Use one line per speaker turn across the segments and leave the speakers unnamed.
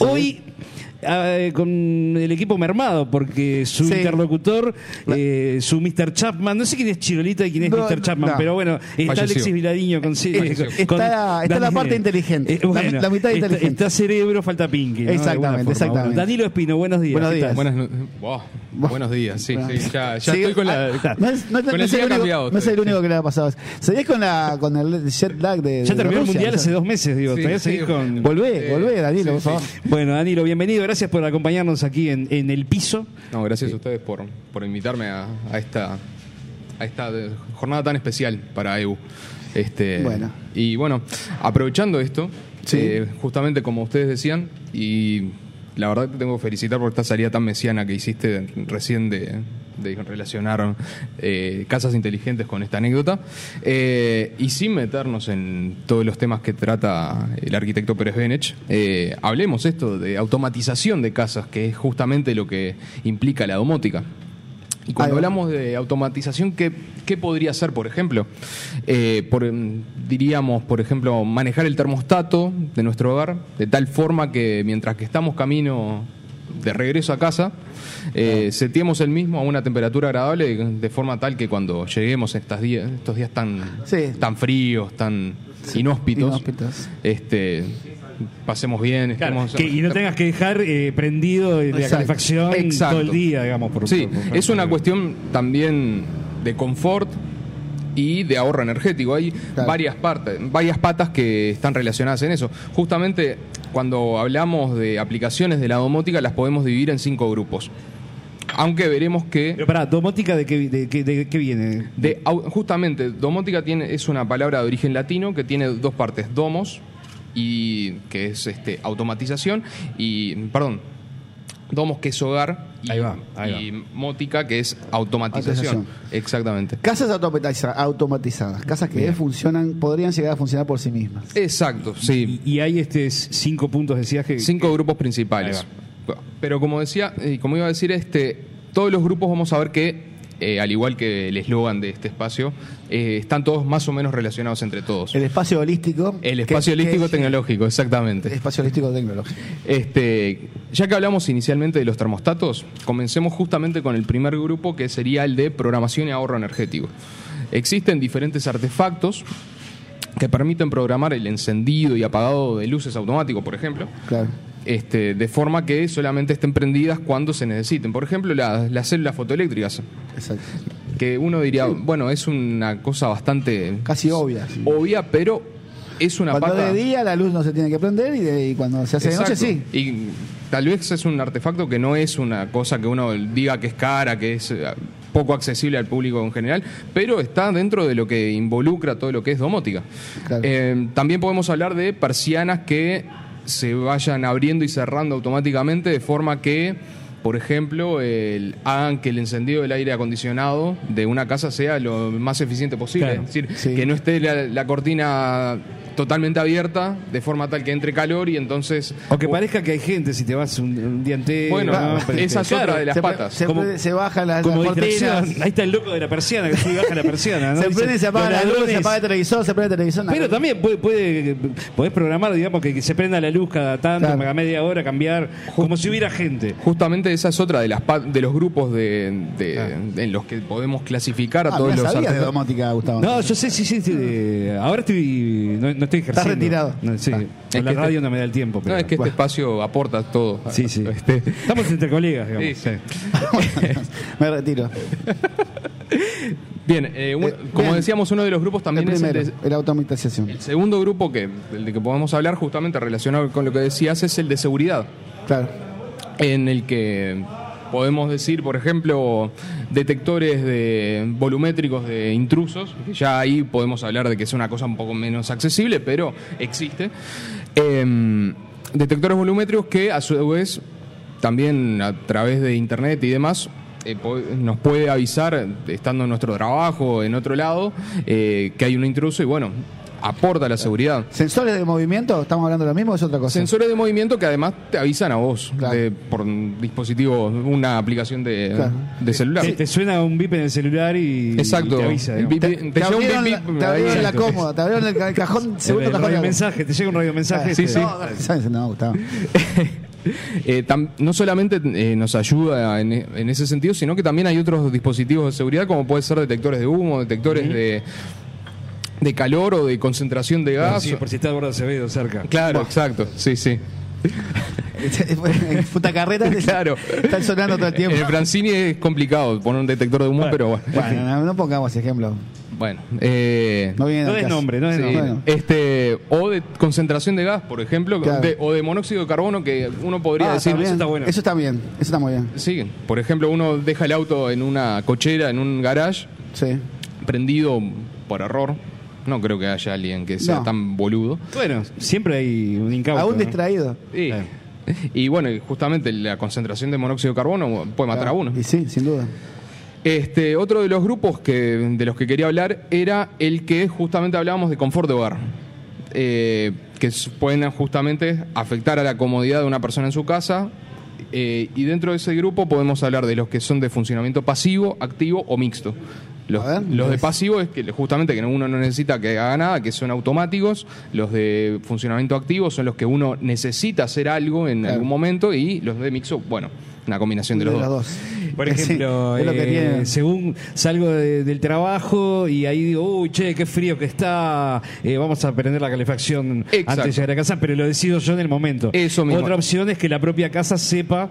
Hoy ah, con el equipo mermado, porque su
Sí.
interlocutor, eh, su Mr. Chapman, no sé quién es Chirolita y quién es
No,
Mr. Chapman,
no.
pero bueno, está
Falleció.
Alexis Vilariño con, sí,
Falleció.
con-
Está-
con-
está la
Daniel. Eh,
parte inteligente, la- la mitad
está-
inteligente.
Está, cerebro, falta Pinky. ¿no? De alguna
Exactamente,
forma.
exactamente.
Bueno, Danilo Espino, buenos días.
Buenos
¿qué
días.
tal?
Buenas, no- Buah, buenos días, sí,
Bueno.
sí, ya, ya
Sí,
estoy con
ah,
la...
No es, no, no-
Con el
no es
día
el único,
cambiado
no es el
estoy.
único que le ha pasado. ¿Seguís con, la, con el jet lag
Ya
de. de
terminó el
Rusia?
mundial hace dos meses, digo.
Sí,
todavía
sí,
seguís con.
Volvé,
Eh,
volvé, Danilo,
sí,
por favor.
Bueno, Danilo, bienvenido. Gracias por acompañarnos aquí en, en el piso.
No, gracias a ustedes por, por invitarme a, a esta, a esta de- jornada tan especial para EU. Este,
Bueno.
Y bueno, aprovechando esto,
Sí.
eh, justamente como ustedes decían, y la verdad te tengo que felicitar por esta salida tan mesiana que hiciste recién de, de relacionar eh, casas inteligentes con esta anécdota, Eh, y sin meternos en todos los temas que trata el arquitecto Pérez Benech, eh, hablemos esto de automatización de casas, que es justamente lo que implica la domótica. Y
Ahí
cuando
va.
hablamos de automatización, ¿qué, qué podría ser, por ejemplo? Eh, por, mm, diríamos, por ejemplo, manejar el termostato de nuestro hogar de tal forma que mientras que estamos camino de regreso a casa, eh, seteemos el mismo a una temperatura agradable de, de forma tal que cuando lleguemos estas días, estos días tan,
Sí.
tan fríos, tan inhóspitos,
inhóspitos.
este pasemos bien,
Claro,
estemos-
que- y no tengas que dejar eh, prendido eh, la
Exacto.
calefacción
Exacto.
todo el día, digamos. Por,
sí,
por- por-
es una cuestión también de confort y de ahorro energético. Hay
Claro.
varias partes, varias patas que están relacionadas en eso. Justamente cuando hablamos de aplicaciones de la domótica las podemos dividir en cinco grupos. Aunque veremos que
Pero pará, domótica de qué, de qué- de qué viene.
de au- justamente domótica tiene es una palabra de origen latino que tiene dos partes, domos y que es este automatización y perdón, domos que es hogar y,
Ahí va, ahí va.
y mótica que es automatización.
Automatización.
Exactamente.
Casas automatiza- automatizadas, casas que funcionan, podrían llegar a funcionar por sí mismas.
Exacto, sí.
Y hay este s- cinco puntos, decías que.
Cinco grupos principales. Pero como decía, eh, como iba a decir, este, todos los grupos vamos a ver que eh, al igual que el eslogan de este espacio, eh, están todos más o menos relacionados entre todos.
El espacio holístico.
El espacio
que-
holístico
que-
tecnológico,
El
exactamente.
espacio holístico tecnológico.
Este, ya que hablamos inicialmente de los termostatos, comencemos justamente con el primer grupo que sería el de programación y ahorro energético. Existen diferentes artefactos que permiten programar el encendido y apagado de luces automático, por ejemplo,
Claro.
este, de forma que solamente estén prendidas cuando se necesiten. Por ejemplo, las, las células fotoeléctricas,
Exacto.
que uno diría, bueno, es una cosa bastante
Casi obvia.
obvia, pero es una
Cuando
pata...
de día la luz no se tiene que prender y, de- y cuando se hace de noche sí.
Exacto. Y tal vez es un artefacto que no es una cosa que uno diga que es cara, que es eh, poco accesible al público en general, pero está dentro de lo que involucra todo lo que es domótica.
Claro.
Eh, también podemos hablar de persianas que se vayan abriendo y cerrando automáticamente de forma que, por ejemplo, el- hagan que el encendido del aire acondicionado de una casa sea lo más eficiente posible.
Claro.
Es decir,
Sí.
que no esté la, la cortina totalmente abierta, de forma tal que entre calor y entonces...
Aunque parezca que hay gente si te vas un, un día entero.
Bueno,
¿no?
esa es otra de las
se, pre-
patas.
Se,
Como-
pre- se baja la,
Como
la cortina.
distracción. Ahí está el loco de la persiana que sube y baja la persiana. ¿no?
Se
Dice,
prende y se apaga
los
la luz, se
ladrones-
apaga el televisor, se prende el televisor. una
Pero
cosa.
también puede, puede, podés programar, digamos, que, que se prenda la luz cada tanto,
Claro.
cada media hora, cambiar, como si hubiera gente.
Justamente esa es otra de las pa- de los grupos de, de-
Ah.
de- en los que podemos clasificar a
Ah,
todos
no
los
sabías de
artefactos.
domótica, Gustavo.
No, yo sé, sí, sí. sí, eh, ahora estoy. No, no estoy ejerciendo.
retirado.
No, sí,
Ah.
con
Es
la
que
radio
este-
no me da el tiempo. Pero,
No, es que este
Bueno.
espacio aporta todo.
Sí, sí.
Este,
Estamos entre colegas, digamos.
Sí,
Me retiro.
Bien, eh, un-
Eh,
como
bien.
decíamos, uno de los grupos también
el
es el
primero,
de-
la automatización.
el segundo grupo que, del de que podemos hablar, justamente relacionado con lo que decías, es el de seguridad.
Claro.
en el que podemos decir, por ejemplo, detectores de volumétricos de intrusos, que ya ahí podemos hablar de que es una cosa un poco menos accesible, pero existe. Em, detectores volumétricos que a su vez también a través de internet y demás eh, po- nos puede avisar, estando en nuestro trabajo, en otro lado, eh, que hay un intruso y bueno, aporta a la seguridad.
¿Sensores de movimiento? ¿Estamos hablando de lo mismo o es otra cosa?
Sensores de movimiento que además te avisan a vos
Claro.
de- por un dispositivo, una aplicación de,
Claro.
de celular.
Te, te suena un bip en el celular y,
Exacto.
y te avisa. digamos.
Bip.
Te,
Te
te
llega un
abrieron,
bip,
la,
bip,
te abrieron
ahí,
la
exacto.
cómoda, te abrieron el, ca- el cajón, segundo
El
cajón.
radio
de-
mensaje, te llega un este, radio mensaje.
Sí, sí.
No, ¿sabes? No, Gustavo.
Eh, tam- no solamente eh, nos ayuda en, e- en ese sentido, sino que también hay otros dispositivos de seguridad, como pueden ser detectores de humo, detectores de, de calor o de concentración de gas.
Sí, por si está Eduardo Acevedo cerca.
Claro, exacto. Sí, sí.
Este, En puta carreta te-
Claro.
están sonando todo el
En
tiempo.
el
Eh,
Francini es complicado poner un detector de humo, pero bueno.
Bueno, no, no pongamos ese ejemplo.
Bueno. eh,
No viene
No
al
es
caso.
nombre, no es
Sí,
nombre. Eh,
bueno.
este o de concentración de gas, por ejemplo,
Claro.
de- o de monóxido de carbono que uno podría
Ah,
decir,
bien.
Eso
está bueno.
Eso está bien, eso está muy bien.
sí, por ejemplo, uno deja el auto en una cochera, en un garage,
Sí.
prendido por error. No creo que haya alguien que sea
No.
tan boludo.
Bueno, siempre hay un incauto.
Aún
¿no?
distraído.
Y,
Claro.
y bueno, y justamente la concentración de monóxido de carbono puede matar a uno.
Y sí, sin duda.
Este, otro de los grupos que, de los que quería hablar era el que justamente hablábamos de confort de hogar. Eh, que s- pueden justamente afectar a la comodidad de una persona en su casa. Eh, y dentro de ese grupo podemos hablar de los que son de funcionamiento pasivo, activo o mixto. Los,
A ver,
los de
interesa.
pasivo es que justamente que uno no necesita que haga nada, que son automáticos. Los de funcionamiento activo son los que uno necesita hacer algo en
Claro.
algún momento. Y los de mixto, bueno, una combinación de los dos.
Por
Sí,
ejemplo,
es lo que
eh,
tiene.
según salgo de- del trabajo y ahí digo, uy, che, qué frío que está, eh, vamos a prender la calefacción
Exacto.
antes de llegar a casa, pero lo decido yo en el momento.
Eso mismo.
Otra opción es que la propia casa sepa,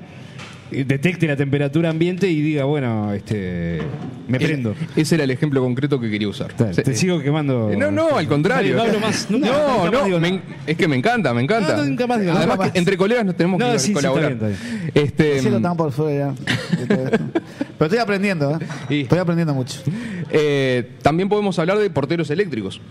eh, detecte la temperatura ambiente y diga, bueno, este, me prendo.
Era- ese era el ejemplo concreto que quería usar.
Tal,
Eh, Sí.
Te sigo quemando.
Eh, No, no, al contrario.
No hablo más, nunca-
no,
nunca
no,
más digo
me-
nada.
es que me encanta, me encanta.
No, no, nunca más digo
Además,
nada.
que entre colegas nos tenemos
No,
que
sí, sí, está
colaborar.
bien, está
Este,
Sí, lo estamos por fuera. de todo esto. Pero estoy aprendiendo, ¿eh?
Y-
Estoy aprendiendo mucho.
eh, también podemos hablar de porteros eléctricos.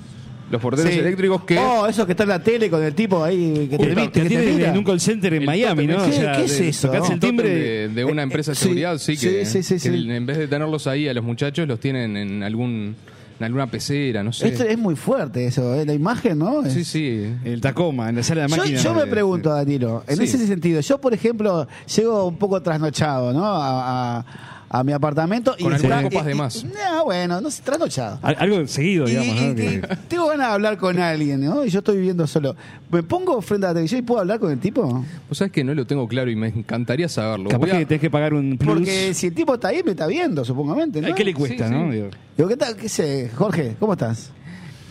Los porteros
Sí.
eléctricos que.
Oh, eso que está en la tele con el tipo ahí que te,
Uy,
mira,
te
que te
atienden
mira.
en un call center en
El
Miami,
tótem
¿no? O
ese.
sea,
¿Qué es
de-
eso?
tocás el
El tótem
timbre.
de, de una
Eh,
empresa de
sí,
seguridad, sí, que,
sí, sí, sí,
que
sí.
en vez de tenerlos ahí a los muchachos, los tienen en algún en alguna pecera, no sé.
Esto es muy fuerte eso, ¿eh? la imagen, ¿no?
Sí,
Es-
sí.
El Tacoma, en la sala de
Yo,
máquinas.
yo me
Eh,
pregunto, Danilo, en
Sí.
ese sentido, yo por ejemplo llego un poco trasnochado, ¿no? A, a- a mi apartamento
Con
y
algunas
está-
copas de
y- y-
más.
No, bueno, no sé, trasnochado.
Al- Algo seguido,
Y-
digamos.
y-
¿no?
y-
Que-
tengo ganas de hablar con alguien, ¿no? Y yo estoy viviendo solo. ¿Me pongo frente a la televisión y puedo hablar con el tipo?
Vos sabés que no lo tengo claro y me encantaría saberlo.
Capaz
Voy a-
que tenés que pagar un plus.
Porque si el tipo está ahí, me está viendo, supongamente, ¿no?
Ay, ¿Qué le cuesta,
Sí, sí.
no? Digo,
Digo, ¿qué tal? ¿Qué sé? Jorge, ¿cómo estás?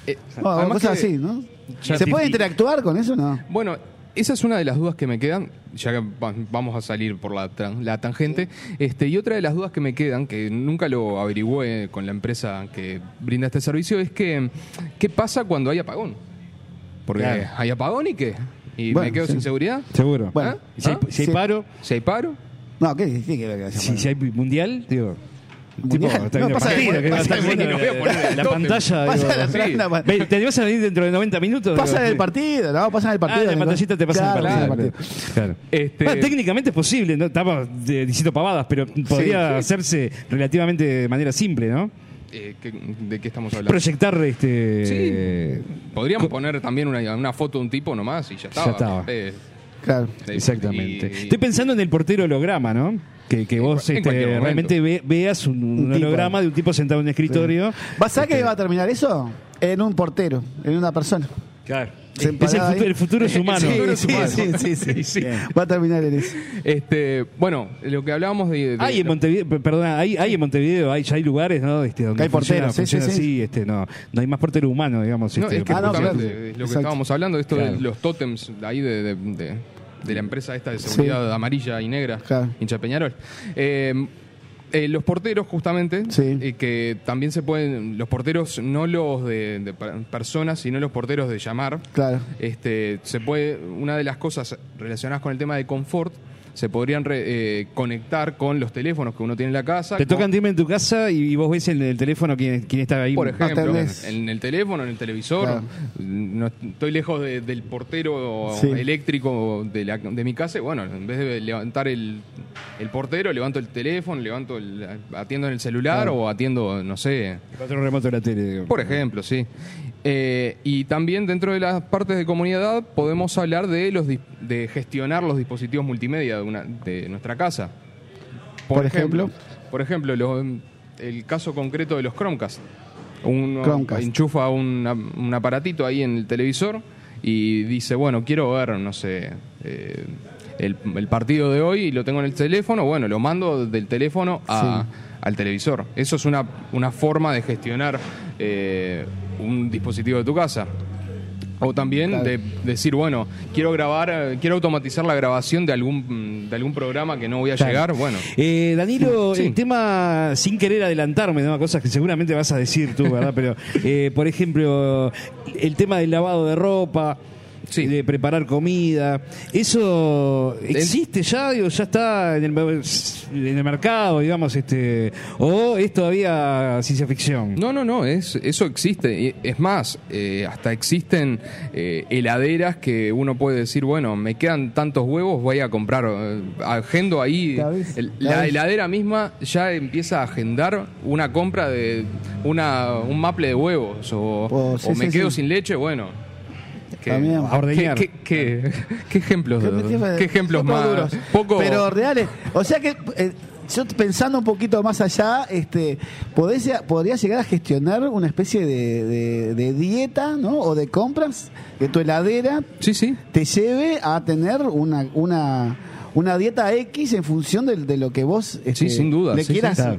eh,
No,
además
cosas
que-
así, ¿no?
Ya
¿Se
te-
puede interactuar con eso o no?
Bueno, esa es una de las dudas que me quedan, ya que va- vamos a salir por la, tan- la tangente. Este, y otra de las dudas que me quedan, que nunca lo averigüé con la empresa que brinda este servicio, es que ¿qué pasa cuando hay apagón? Porque
Claro.
hay apagón y qué? ¿Y
Bueno,
me quedo
sí.
sin seguridad?
Seguro.
Bueno,
¿Ah?
Y si hay,
¿Ah?
si hay
Sí.
paro,
¿Si hay paro?
No, ¿qué tiene que ver con eso?
si, si hay mundial, digo.
Mundial.
Tipo, está
No,
viendo
pasa de-
partido, que
pasa
está
de-
viendo
no voy a poner el
La
tótem.
pantalla.
Pasa
digo,
la trasna, pa-
Ve, ¿Te vas a venir dentro de 90 minutos?
Pasa
Digo,
del
sí.
partido, ¿no? Pasa del partido.
Ah, la
Nico.
pantallita te pasa
Claro,
el partido.
pasa del
Claro.
partido.
Claro.
Este-
Bueno, técnicamente es posible, ¿no? estamos eh, diciendo pavadas, pero podría hacerse relativamente de manera simple, ¿no?
Eh, ¿qué- ¿De qué estamos hablando?
Proyectar este.
Sí. Podríamos poner también una, una foto de un tipo nomás y ya estaba.
estaba.
Eh,
Claro.
eh,
Exactamente.
y-
Estoy pensando en el portero holograma, ¿no? Que, que
En
vos
cual- en
este,
cualquier momento.
realmente ve- veas un, un
Un tipo.
holograma de un tipo sentado en un escritorio.
¿Vas a que
Este-
va a terminar eso? En un portero, en una persona.
Claro.
Se
Es el,
paraba ahí.
futuro, el futuro es humano.
futuro
Sí,
es
sí,
humano.
sí, sí, sí,
Sí.
Va a terminar en eso.
Este, bueno, lo que hablábamos de. de-
Hay en Montevideo, pe- perdona, hay, hay en Montevideo, hay, ya hay lugares, ¿no? Este, donde
Que hay
funciona-
porteros, sí,
funciona
sí, sí.
así, este, no, no hay más portero humano, digamos.
No,
este,
es que
Ah, no,
justamente
claro.
es lo que
Exacto.
estábamos hablando, esto de
Claro.
los tótems de ahí de, de- de- de la empresa esta de seguridad amarilla y negra,
Claro.
hincha Peñarol. Eh, eh, los porteros, justamente,
Sí.
eh, que también se pueden, los porteros, no los de, de per- personas, sino los porteros de llamar.
Claro.
Este, se puede, una de las cosas relacionadas con el tema de confort se podrían re- eh, conectar con los teléfonos que uno tiene en la casa.
Te
con-
tocan timbre en tu casa y, y vos ves en el teléfono quién, quién está ahí.
Por ejemplo,
tenés-
en el teléfono, en el televisor.
Claro.
No, estoy lejos de- del portero
Sí.
eléctrico de, la- de mi casa. y Bueno, en vez de levantar el, el portero, levanto el teléfono, levanto el- atiendo en el celular o atiendo, no sé,
El control remoto de la tele. digo.
por ejemplo, sí. Eh, y también dentro de las partes de comunidad podemos hablar de los dis- de gestionar los dispositivos multimedia de, una- de nuestra casa.
Por ejemplo.
Por ejemplo, lo- el caso concreto de los Chromecast. Uno
Chromecast.
enchufa un, un aparatito ahí en el televisor y dice, bueno, quiero ver, no sé, eh, el, el partido de hoy y lo tengo en el teléfono, bueno, lo mando del teléfono a- al televisor. Eso es una, una forma de gestionar eh, un dispositivo de tu casa. O también
Claro.
de decir, bueno, quiero grabar, eh, quiero automatizar la grabación de algún, de algún programa que no voy a
Claro.
llegar, bueno.
Eh, Danilo,
Sí.
el tema, sin querer adelantarme, ¿no? cosas que seguramente vas a decir tú, ¿verdad? Pero, eh, por ejemplo, el tema del lavado de ropa.
Sí.
De preparar comida. ¿Eso existe ya? Digo, ¿Ya está en el, en el mercado, digamos? este ¿O es todavía ciencia ficción?
No, no, no, es, eso existe. Y Es más, eh, hasta existen eh, heladeras que uno puede decir, bueno, me quedan tantos huevos, voy a comprar. eh, agendo ahí.
La ves,
el-
la
la
ves.
heladera misma ya empieza a agendar una compra de una, un maple de huevos. O,
Oh, sí,
o me
sí,
quedo
sí.
sin leche, bueno. ¿Qué,
También.
A ordeñar.
qué- qué- qué- qué ejemplos, qué ejemplos
Son
más?
duros,
Poco,
Pero reales. O sea que eh, yo pensando un poquito más allá, este, podés- podrías llegar a gestionar una especie de, de- de dieta, ¿no? O de compras que tu heladera
Sí, sí.
te lleve a tener una, una, una dieta X en función del- de, lo que vos este,
Sí, sin duda,
le
sí, sí,
quieras
claro.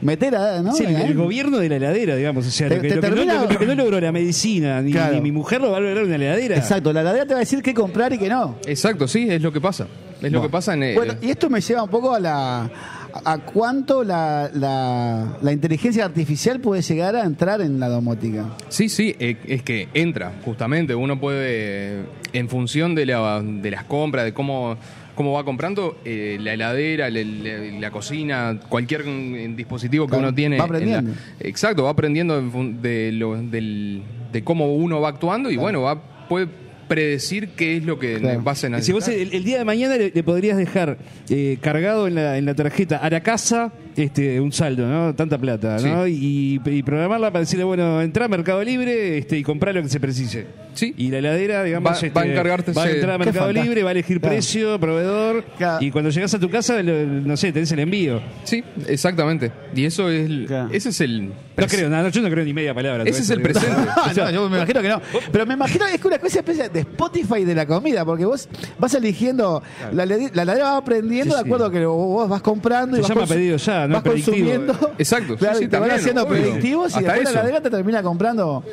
meter a, ¿no?
Sí, el, el
¿Eh?
gobierno de la heladera, digamos. O sea,
Te-
lo, que,
te
lo que no-
termina-
lo que no, logró la medicina, ni,
Claro.
ni mi mujer lo va a lograr una heladera.
Exacto, la heladera te va a decir qué comprar y qué no.
Exacto, sí, es lo que pasa. Es lo que pasa en. eh,
Bueno, y esto me lleva un poco a la a cuánto la, la, la inteligencia artificial puede llegar a entrar en la domótica.
Sí, sí, eh, es que entra, justamente. Uno puede, eh, en función de, la- de las compras, de cómo, cómo va comprando, eh, la heladera, la, la- la cocina, cualquier mm, dispositivo que
Claro,
uno tiene.
va
en la-
aprendiendo.
exacto, va aprendiendo en fun- de, lo- del- de cómo uno va actuando y bueno, va puede predecir qué es lo que
Claro.
vas a necesitar.
Si vos eh, el, el día de mañana le, le podrías dejar eh, cargado en la, en la tarjeta a la casa este, un saldo, ¿no? Tanta plata, ¿no? Y, y programarla para decirle, bueno, entra a Mercado Libre este, y comprá lo que se precise.
Sí.
Y la heladera, digamos,
Va-
este,
va a encargarte
va a
ese-
entrar a
Qué
Mercado
fantástico.
Libre, va a elegir
Claro.
precio, proveedor.
Claro.
Y cuando llegas a tu casa, lo- no sé, tenés el envío.
Sí, exactamente. Y eso es. el-
Claro.
Ese es el.
No creo, no, yo no creo ni media palabra.
Ese es el presente.
Ah, no, yo me imagino que no. Pero me imagino que es una cosa especie de Spotify de la comida, porque vos vas eligiendo, la, heladi- la heladera va aprendiendo
Sí,
de acuerdo a que lo- vos vas comprando
Se
y vas,
llama
consu-
pedido ya, no
vas
predictivo.
consumiendo.
Exacto, sí,
Claro,
sí,
y te van
también,
haciendo
obvio.
predictivos y
Hasta
después
eso.
la heladera te termina comprando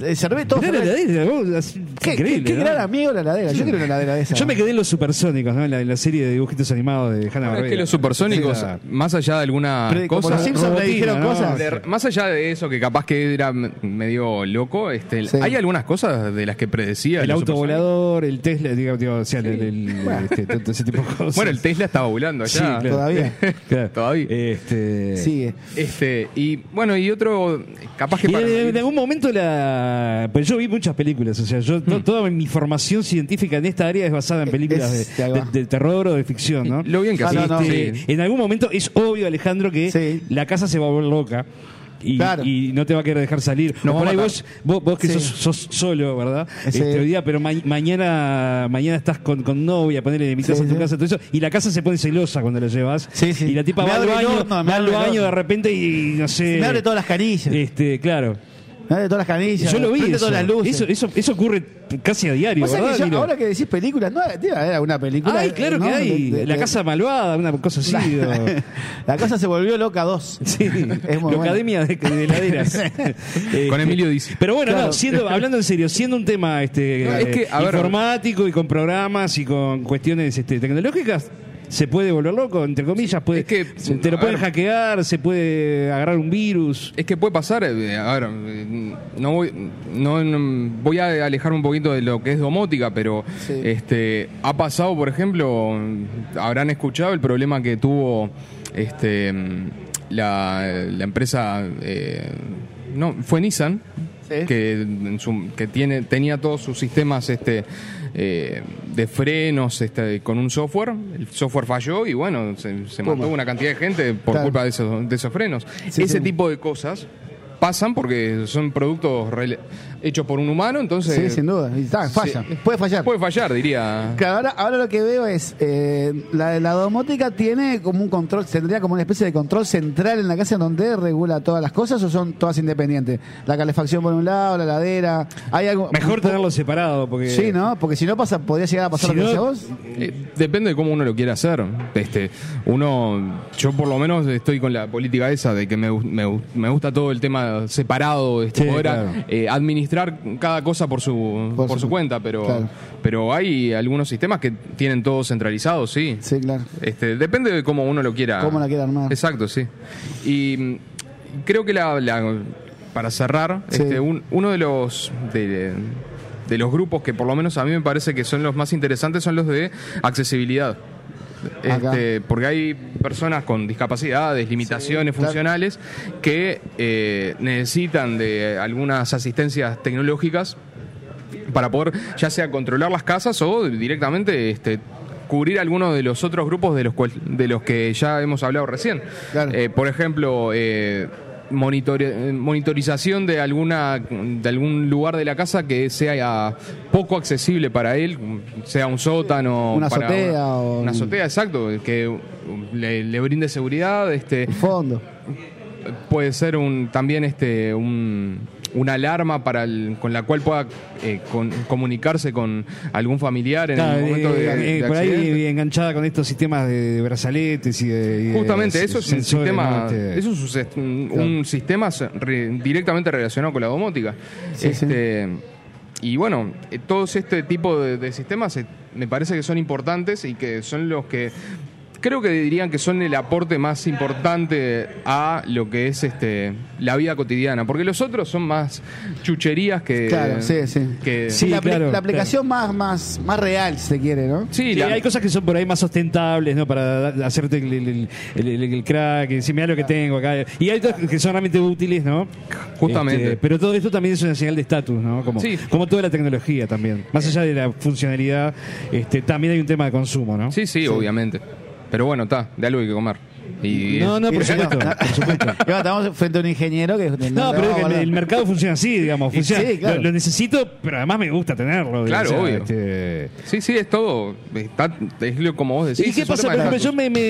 eh, cerve- todo
Mirá la
cerve-
heladera, vos, es
Qué,
increíble,
qué- qué
¿no?
gran amigo la heladera. Yo quiero una heladera de esa.
Yo me quedé en los supersónicos, ¿no? En la, en la serie de dibujitos animados de Hanna
Es que los supersónicos, más allá de alguna
Pero como
cosa.
los Simpsons le
robotina,
dijeron
¿no?
cosas.
De-
Pero Más allá de eso, que capaz que era m- medio loco, este,
Sí.
hay algunas cosas de las que predecía.
El
los
auto
supersónicos.
volador, el Tesla, digamos, digo, o sea, el, el- este, todo ese tipo de cosas.
Bueno, el Tesla estaba volando allá.
Sí, claro.
Ah, Todavía.
Claro.
Todavía.
Este...
Sigue.
Este, y bueno, y otro, capaz que
Y
para-
en, en algún momento la. Pues yo vi muchas películas, o sea, yo to-
Mm.
toda mi formación científica en esta área es basada en películas
Es-
de,
ahí va.
de- de terror o de ficción, ¿no?
Lo bien que
Ah,
hacía.
no, no.
Sí.
En algún momento es obvio, Alejandro, que
Sí.
la casa se va a volver loca. Y,
Claro.
y no te va a querer dejar salir.
Nos
O
va
por
a
ahí
matar.
vos, vos, vos que
Sí.
sos, sos solo, ¿verdad?
Sí.
Este, hoy día, pero ma- mañana mañana estás con, con novia, ponerle invitas
Sí,
a tu
sí.
casa, todo eso. Y la casa se pone celosa cuando la llevas.
Sí, sí.
Y la tipa
Me
va al
abre el
baño,
horno, me
va al
abre el
baño
horno.
de repente y, no sé.
Me abre todas las canillas.
Este, claro.
Me abre todas las canillas.
Yo lo vi.
prende
Eso.
todas las luces.
Eso, eso, eso ocurre casi a diario,
O sea que
¿verdad?
yo-
Dilo?
ahora que decís películas, no, debe haber alguna película.
Ay, claro
¿no?
que hay.
De- de-
la
de-
casa malvada, una cosa así. o-
la casa se volvió loca 2.
Sí,
Es muy
la
bueno.
academia de, de heladeras. Eh,
Con Emilio dice.
Pero bueno,
Claro.
no, siendo, hablando en serio, siendo un tema este,
No, es
eh,
que, a ver-
informático y con programas y con cuestiones este, tecnológicas, se puede volver loco, entre comillas, puede,
Es que,
se- te lo
a
pueden
ver.
hackear, se puede agarrar un virus.
Es que puede pasar, eh, a ver, eh, no voy, no, no- voy a alejarme un poquito de lo que es domótica, pero
Sí.
este ha pasado, por ejemplo, habrán escuchado el problema que tuvo este la, la empresa, eh, no, fue Nissan,
Sí.
que, en su- que tiene, tenía todos sus sistemas este, eh, de frenos este, con un software, el software falló y bueno, se, se mató una cantidad de gente por
Claro.
culpa de esos, de esos frenos.
Sí,
Ese
sí.
tipo de cosas pasan porque son productos rele- hechos por un humano, entonces
Sí, sin duda. Y está, falla. Puede fallar.
puede fallar, diría.
Claro, ahora, ahora lo que veo es, eh, la, la domótica tiene como un control, tendría como una especie de control central en la casa donde regula todas las cosas o son todas independientes. La calefacción por un lado, la heladera, hay algo...
Mejor tenerlo separado, porque.
Sí, ¿no? Porque si no pasa, podría llegar a pasar
Si
lo que
no-
decías vos.
Eh, depende de cómo uno lo quiera hacer. Este, uno, yo por lo menos estoy con la política esa de que me, gu- me, gu- me gusta todo el tema separado, este,
Sí,
poder a-
claro.
eh, administrar cada cosa por su,
Por
por,
su-
su cuenta, pero,
claro.
pero hay algunos sistemas que tienen todo centralizado, sí.
Sí, claro.
Este, depende de cómo uno lo quiera.
Cómo la quiera armar.
Exacto, sí. Y mm, creo que la, la- para cerrar,
Sí.
este, un- uno de los de, de los grupos que por lo menos a mí me parece que son los más interesantes son los de accesibilidad.
Acá.
Este, porque hay personas con discapacidades, limitaciones
claro.
funcionales que eh, necesitan de algunas asistencias tecnológicas para poder ya sea controlar las casas o directamente este cubrir algunos de los otros grupos de los cual- de los que ya hemos hablado recién.
Claro.
Eh, por ejemplo, eh, monitore- eh, monitorización de alguna de algún lugar de la casa que sea ah, poco accesible para él, sea un sótano,
Una
para-
azotea o-
una azotea, exacto, que le, le brinde seguridad, este,
El fondo.
puede ser un también este un, una alarma para el- con la cual pueda eh, con- comunicarse con algún familiar en
Claro,
el momento
eh,
de,
eh,
de
por ahí
accidente.
eh, enganchada con estos sistemas de, de brazaletes y de. y
Eh,
de
Justamente,
s-
eso es un
sensores,
sistema,
¿no? Este-
eso es un sis- un, un sistema se- re- directamente relacionado con la domótica.
Sí, sí.
Este, Y bueno, eh, todos este tipo de, de sistemas eh, me parece que son importantes y que son los que creo que dirían que son el aporte más importante a lo que es este la vida cotidiana, porque los otros son más chucherías que
Claro, sí, sí.
que-
Sí,
la, apli-
claro,
la aplicación más, más, más real, si se quiere, ¿no?
sí,
Sí,
la-
hay cosas que son por ahí más ostentables, ¿no? Para da- hacerte el, el, el- el- el crack, y decir, mira lo que tengo acá. Y hay otras que son realmente útiles, ¿no?
Justamente.
Este, pero todo esto también es una señal de estatus, ¿no? Como,
Sí.
como toda la tecnología también. Más allá de la funcionalidad, este, también hay un tema de consumo, ¿no?
sí, sí, obviamente. Pero bueno, está, de algo hay que comer. Y
No, no, por supuesto, por supuesto.
Y ahora estamos frente a un ingeniero que...
No, pero es que el, el mercado funciona así, digamos.
Y sí,
Funciona.
claro.
lo, lo necesito, pero además me gusta tenerlo.
Claro, obvio.
este,
Sí, sí, es todo. Está, es lo- como vos decís.
¿Y qué
es un
pasa?
tema
Por
de
ejemplo, yo
estatus.
me,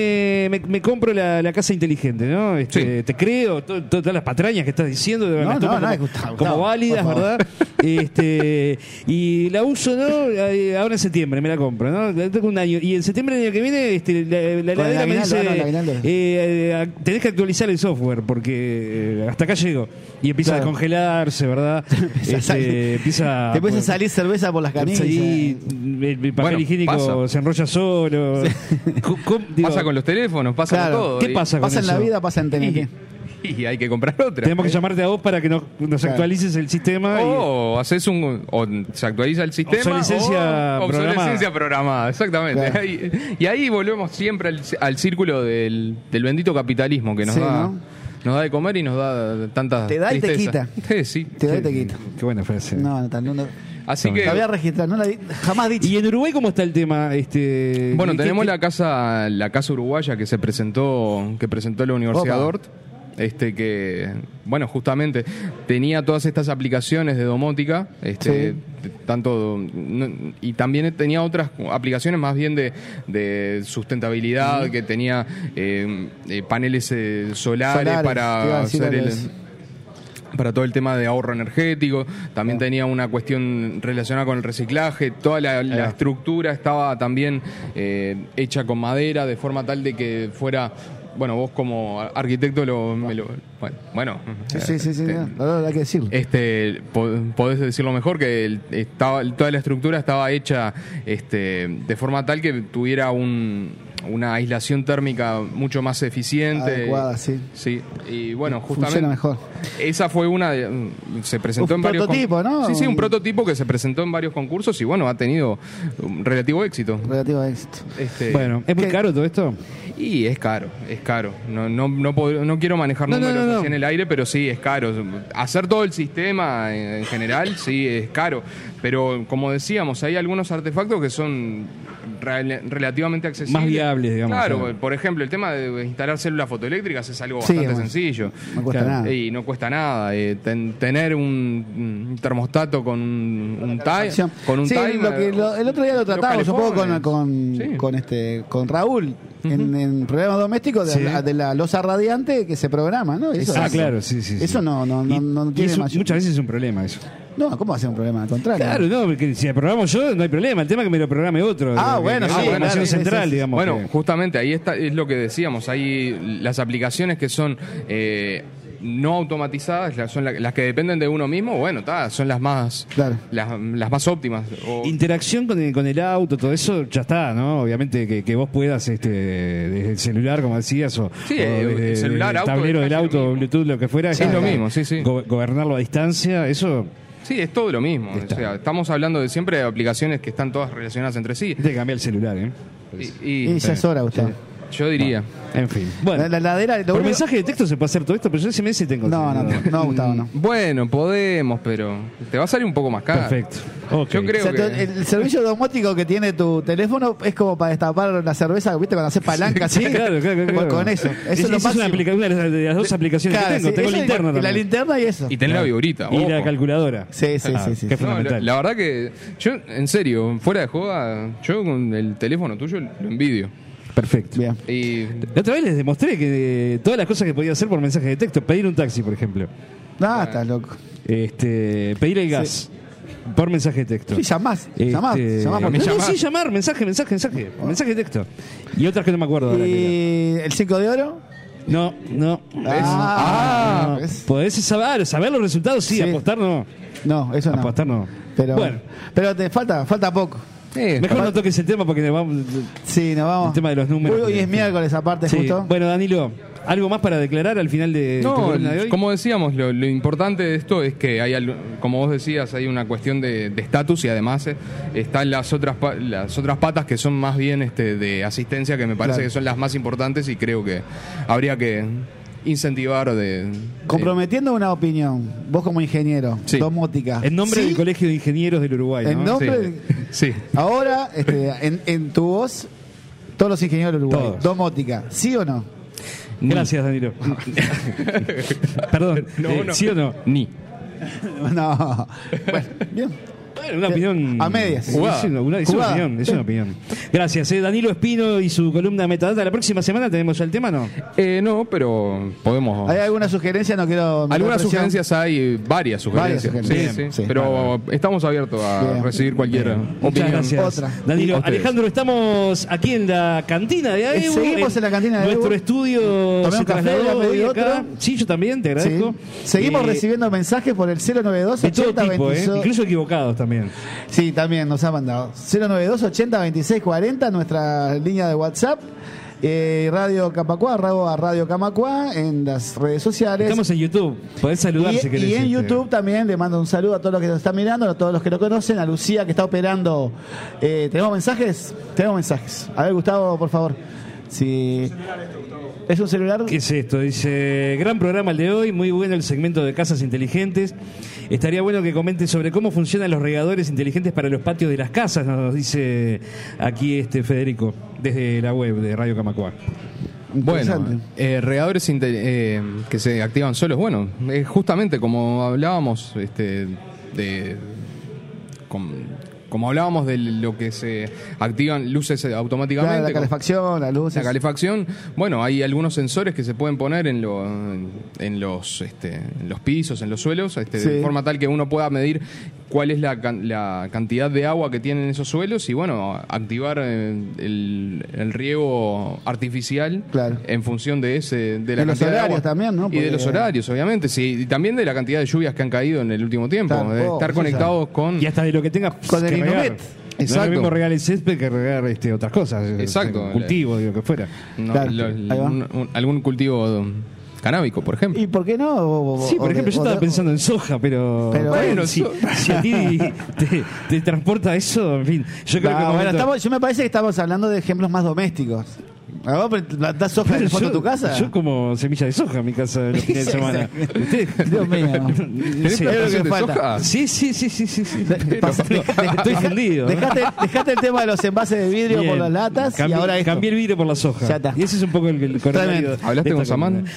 me- me- me compro la, la casa inteligente, ¿no? Este,
Sí.
Te creo, to- to- todas las patrañas que estás diciendo, de
No,
las
no,
tomo
no,
como,
es Gustavo,
como
Gustavo,
válidas,
por favor.
¿verdad? este, y la uso, ¿no? Eh, Ahora en septiembre me la compro, ¿no? La tengo un año. Y en septiembre del año que viene, este, la, la
Con el
heladera me
aguinaldo,
dice:
ah, no, el aguinaldo.
eh, eh, tenés que actualizar el software porque eh, hasta acá llego. Y empieza
Claro.
a congelarse, ¿verdad?
Empieza a salir-
Este, empieza.
Te empieza a
bueno,
salir cerveza por las canillas.
Sí, el el papel
Bueno,
higiénico
pasa.
se enrolla solo. Co- co- digo,
Pasa con los teléfonos, pasa
Claro.
con todo.
¿Qué
Y-
pasa con
Pasa en la
eso?
vida, pasa en TNT.
Y, hay que comprar otra.
Tenemos que llamarte a vos para que nos, nos
Claro. Oh.
actualices el sistema. y-
O haces un. O se actualiza el sistema.
Obsolescencia
o, obsolescencia
programada.
programada. exactamente.
Claro.
Y, y ahí volvemos siempre al, al círculo del, del bendito capitalismo que nos
Sí,
da.
¿no?
Nos da de comer y nos da tantas.
Te da y te
tristezas. Sí, sí.
Te doy y te quito.
Qué buena frase.
No, no, no, no.
Así que.
La voy a registrar, no la di- jamás dicho.
¿Y en Uruguay cómo está el tema?
Eh,
Este,
Bueno,
¿qué-
tenemos
qué-
la casa, la casa uruguaya que se presentó, que presentó la Universidad
Opa.
Dort. Este que, bueno, justamente tenía todas estas aplicaciones de domótica, este,
Sí.
t- tanto no- y también tenía otras aplicaciones más bien de, de sustentabilidad, que tenía eh, eh, paneles eh, solares,
Solares, te iba
para
a decir
hacer
algo
el,
de eso.
para todo el tema de ahorro energético, también tenía una cuestión relacionada con el reciclaje, toda la, la estructura estaba también eh, hecha con madera, de forma tal de que fuera, bueno, vos como ar- arquitecto lo, me lo- bueno, bueno,
Sí, sí, sí, sí,
eh,
no, no, no, hay que decirlo.
este, po- podés decirlo mejor, que el- estaba, toda la estructura estaba hecha este, de forma tal que tuviera un, una aislación térmica mucho más eficiente.
Adecuada, sí.
Sí, y bueno, justamente.
Funciona mejor.
Esa fue una. de- mm, se presentó
Un
en varios. con-
prototipo, ¿no?
Sí, sí, un
Un-
prototipo que se presentó en varios concursos y bueno, ha tenido un relativo éxito.
Relativo a éxito.
Este,
Bueno, ¿es muy
¿Qué?
caro todo esto?
Y es caro, es caro. No, no, no, pod- no quiero manejar
No, no,
números
no, no.
así en el aire, pero sí, es caro. Hacer todo el sistema en, en general, sí, es caro. Pero como decíamos, hay algunos artefactos que son re- relativamente accesibles.
Más viables, digamos,
Claro,
claro.
por ejemplo, el tema de instalar células fotoeléctricas es algo
Sí,
bastante
es más-
sencillo.
No cuesta
Claro.
nada.
Y no cuesta nada. eh, ten- tener un, un termostato con un, un time. Con un
sí,
timer,
lo que lo- el otro día lo
los
tratamos un poco con,
calefones.
con,
Sí.
con este con Raúl en, en programas domésticos de,
Sí.
la, de la losa radiante que se programa, ¿no? Eso,
ah,
eso-
claro, sí, sí. sí.
Eso no, no, no,
Y-
no
y
tiene
eso
mayor-
Muchas veces es un problema eso.
No, ¿cómo va a ser un problema? Al contrario.
Claro, no, porque si lo programo yo no hay problema. El tema es que me lo programe otro.
Ah,
Que-
bueno,
que
sí,
la programación
claro, sí,
central,
sí, sí.
digamos.
Bueno,
que-
justamente ahí está, es lo que decíamos. Hay las aplicaciones que son eh, no automatizadas, las, son la- las que dependen de uno mismo. Bueno, ta, son las más,
Claro.
las, las más óptimas. O-
Interacción con el, con el auto, todo eso, ya está, ¿no? Obviamente que, que vos puedas, este, desde el celular, como decías, o,
Sí,
o
eh,
desde
el celular,
el
auto,
tablero del
es casi lo
auto,
mismo.
Bluetooth, lo que fuera.
Es
ya
lo
está.
mismo, sí, sí.
Go- gobernarlo a distancia, eso
sí, es todo lo mismo. O
Está.
sea, estamos hablando de siempre de aplicaciones que están todas relacionadas entre sí.
hay que cambiar el celular, ¿eh?
Y,
Y
y
ya es hora, usted.
yo diría,
En fin.
La,
Bueno,
la heladera. lo
por
único-
mensaje de texto se puede hacer todo esto, pero yo SMS tengo.
No, no, no, no, Gustavo,
Mm.
no.
bueno, podemos, pero te va a salir un poco más caro.
Perfecto. Ok.
Yo creo
O sea,
que...
tú- el servicio domótico que tiene tu teléfono es como para destapar la cerveza, ¿viste? Cuando haces palanca así.
Claro, claro, claro.
Pues con eso. Eso es, lo
esa una,
máximo.
aplica- una de las- de las dos aplicaciones
Claro,
que tengo.
sí,
tengo
eso
la
y-
linterna
y La
también.
linterna y eso.
Y tenés la viborita.
Y la
ojo.
calculadora.
Sí, sí,
Ah,
sí, sí.
qué
sí.
No, la,
fundamental.
la verdad que yo, en serio, fuera de joda, yo con el teléfono tuyo lo envidio.
Perfecto.
Bien.
Y
La otra vez les demostré que eh, todas las cosas que podía hacer por mensaje de texto, pedir un taxi, por ejemplo,
No, estás loco.
este, pedir el gas por mensaje de texto.
Sí, llamás, llamás,
Este,
llamás
no,
por
mí-
no,
llamás.
sí, llamar, mensaje, mensaje, mensaje, mensaje de texto. Y otras que no me acuerdo. ahora que
¿Y el 5 de oro?
era. No, no.
Ah,
no.
¿ves?
Podés saber, saber los resultados, sí,
Sí.
apostar no.
No, eso no.
Apostar no.
Pero
bueno,
bueno, pero te falta, falta poco.
eh,
mejor no toques el tema porque nos vamos.
Sí, nos vamos.
El tema de los números.
Uy, hoy es miércoles aparte
Sí.
justo.
Bueno, Danilo, ¿algo más para declarar al final de tu
No,
columna de hoy?
como decíamos, lo, lo importante de esto es que hay, al- como vos decías, hay una cuestión de de estatus y además eh, están las otras pa- las otras patas que son más bien este, de asistencia que me parece
Claro.
que son las más importantes y creo que habría que incentivar de,
Comprometiendo una opinión, vos como ingeniero,
Sí.
domótica.
En nombre
Sí,
del Colegio de Ingenieros del Uruguay.
En
¿no?
de-
nombre
sí, sí.
Ahora, este, en, en tu voz, todos los ingenieros del Uruguay,
Todos.
domótica, ¿sí o no?
Gracias, Danilo. Perdón,
No,
eh,
no.
¿sí o no?
ni.
No. Bueno, bien.
Bueno, una opinión.
A medias.
Jugada. Es una, una- es una
Jugada.
opinión, es una opinión. Gracias, eh, Danilo Espino y su columna Metadata. La próxima semana tenemos ya el tema, ¿no?
Eh, no, pero podemos...
¿Hay alguna sugerencia? No quiero. meter
Algunas
presión.
sugerencias hay, varias sugerencias.
Varias sugerencias.
Sí,
Bien,
sí.
sí.
Pero estamos abiertos a
Bien.
recibir cualquier
Muchas
opinión.
gracias.
Otra.
Danilo,
A ustedes.
Alejandro, estamos aquí en la cantina de AEU.
Seguimos en la cantina de
Nuestro
AEU.
estudio
Tomé
se
un café,
trasladó
ya pedí
hoy acá.
otro.
Sí, yo también, te
Sí.
agradezco.
Seguimos
Eh,
recibiendo mensajes por el 092
De todo
80
tipo, eh,
26.
incluso equivocados también.
Sí, también nos ha mandado. 092 80 26 40, nuestra línea de WhatsApp. Eh, Radio Camacuá, arroba Radio Camacuá en las redes sociales.
Estamos en YouTube, podés saludar
y,
si querés.
y en
este.
YouTube también le mando un saludo a todos los que nos están mirando, a todos los que lo conocen, a Lucía que está operando. Eh, ¿Tenemos mensajes? Tenemos mensajes. A ver, Gustavo, por favor. Si... ¿Es un celular?
¿Qué es esto? Dice, gran programa el de hoy, muy bueno el segmento de casas inteligentes. Estaría bueno que comenten sobre cómo funcionan los regadores inteligentes para los patios de las casas, nos dice aquí este Federico, desde la web de Radio Camacuá.
Bueno,
Interesante.
eh, regadores inte- eh, que se activan solos. Bueno, eh, justamente como hablábamos este, de. com- como hablábamos de lo que se activan luces eh, automáticamente.
Claro, la
con-
calefacción, la luz.
La calefacción, bueno, hay algunos sensores que se pueden poner en, lo- en los, este, en los pisos, en los suelos, este,
Sí.
de forma tal que uno pueda medir cuál es la, can- la cantidad de agua que tienen esos suelos y, bueno, activar eh, el, el riego artificial
Claro.
en función de ese de la
De los
cantidad de
horarios
agua.
también, ¿no?
Y de
Porque-
los horarios, obviamente, sí, y también de la cantidad de lluvias que han caído en el últico tiempo,
Claro,
de
oh,
estar
eso ya.
conectados con...
Y hasta de lo que tengas
Con
que
el
regar.
Inumet.
No es
Exacto.
lo mismo regar el césped que regar este, otras cosas.
Exacto.
Cultivo, digo, que fuera.
No,
Claro,
lo-
ahí va.
un- un- algún cultivo um, canábico, por ejemplo.
¿Y por qué no? O- o-
Sí,
o
por
de-
ejemplo, yo
o de-
estaba pensando en soja, pero.
Pero
bueno,
bueno,
si,
so-
si a ti te, te transporta eso, en fin. Yo creo
Nah,
que.
bueno,
momento-
estamos- yo me parece que estamos hablando de ejemplos más domésticos. Ah, vos plantás soja en
Claro,
el fondo
yo-
de tu casa.
Yo como semilla de soja en mi casa los fines de semana. Ustedes-
Dios mío.
¿Tenés
Sí.
plantación
es lo que
de
falta.
soja?
Sí, sí, sí, sí, sí. sí.
De- pas- deja-
Estoy fundido.
Dejate, dejate el tema de los envases de vidrio
Bien.
por las latas
Cambié-
y ahora esto.
Cambié el vidrio por la soja.
Ya está.
Y ese es un poco el, el corolario
Tremendo.
de
¿Hablaste
esta
con Samán?
columna.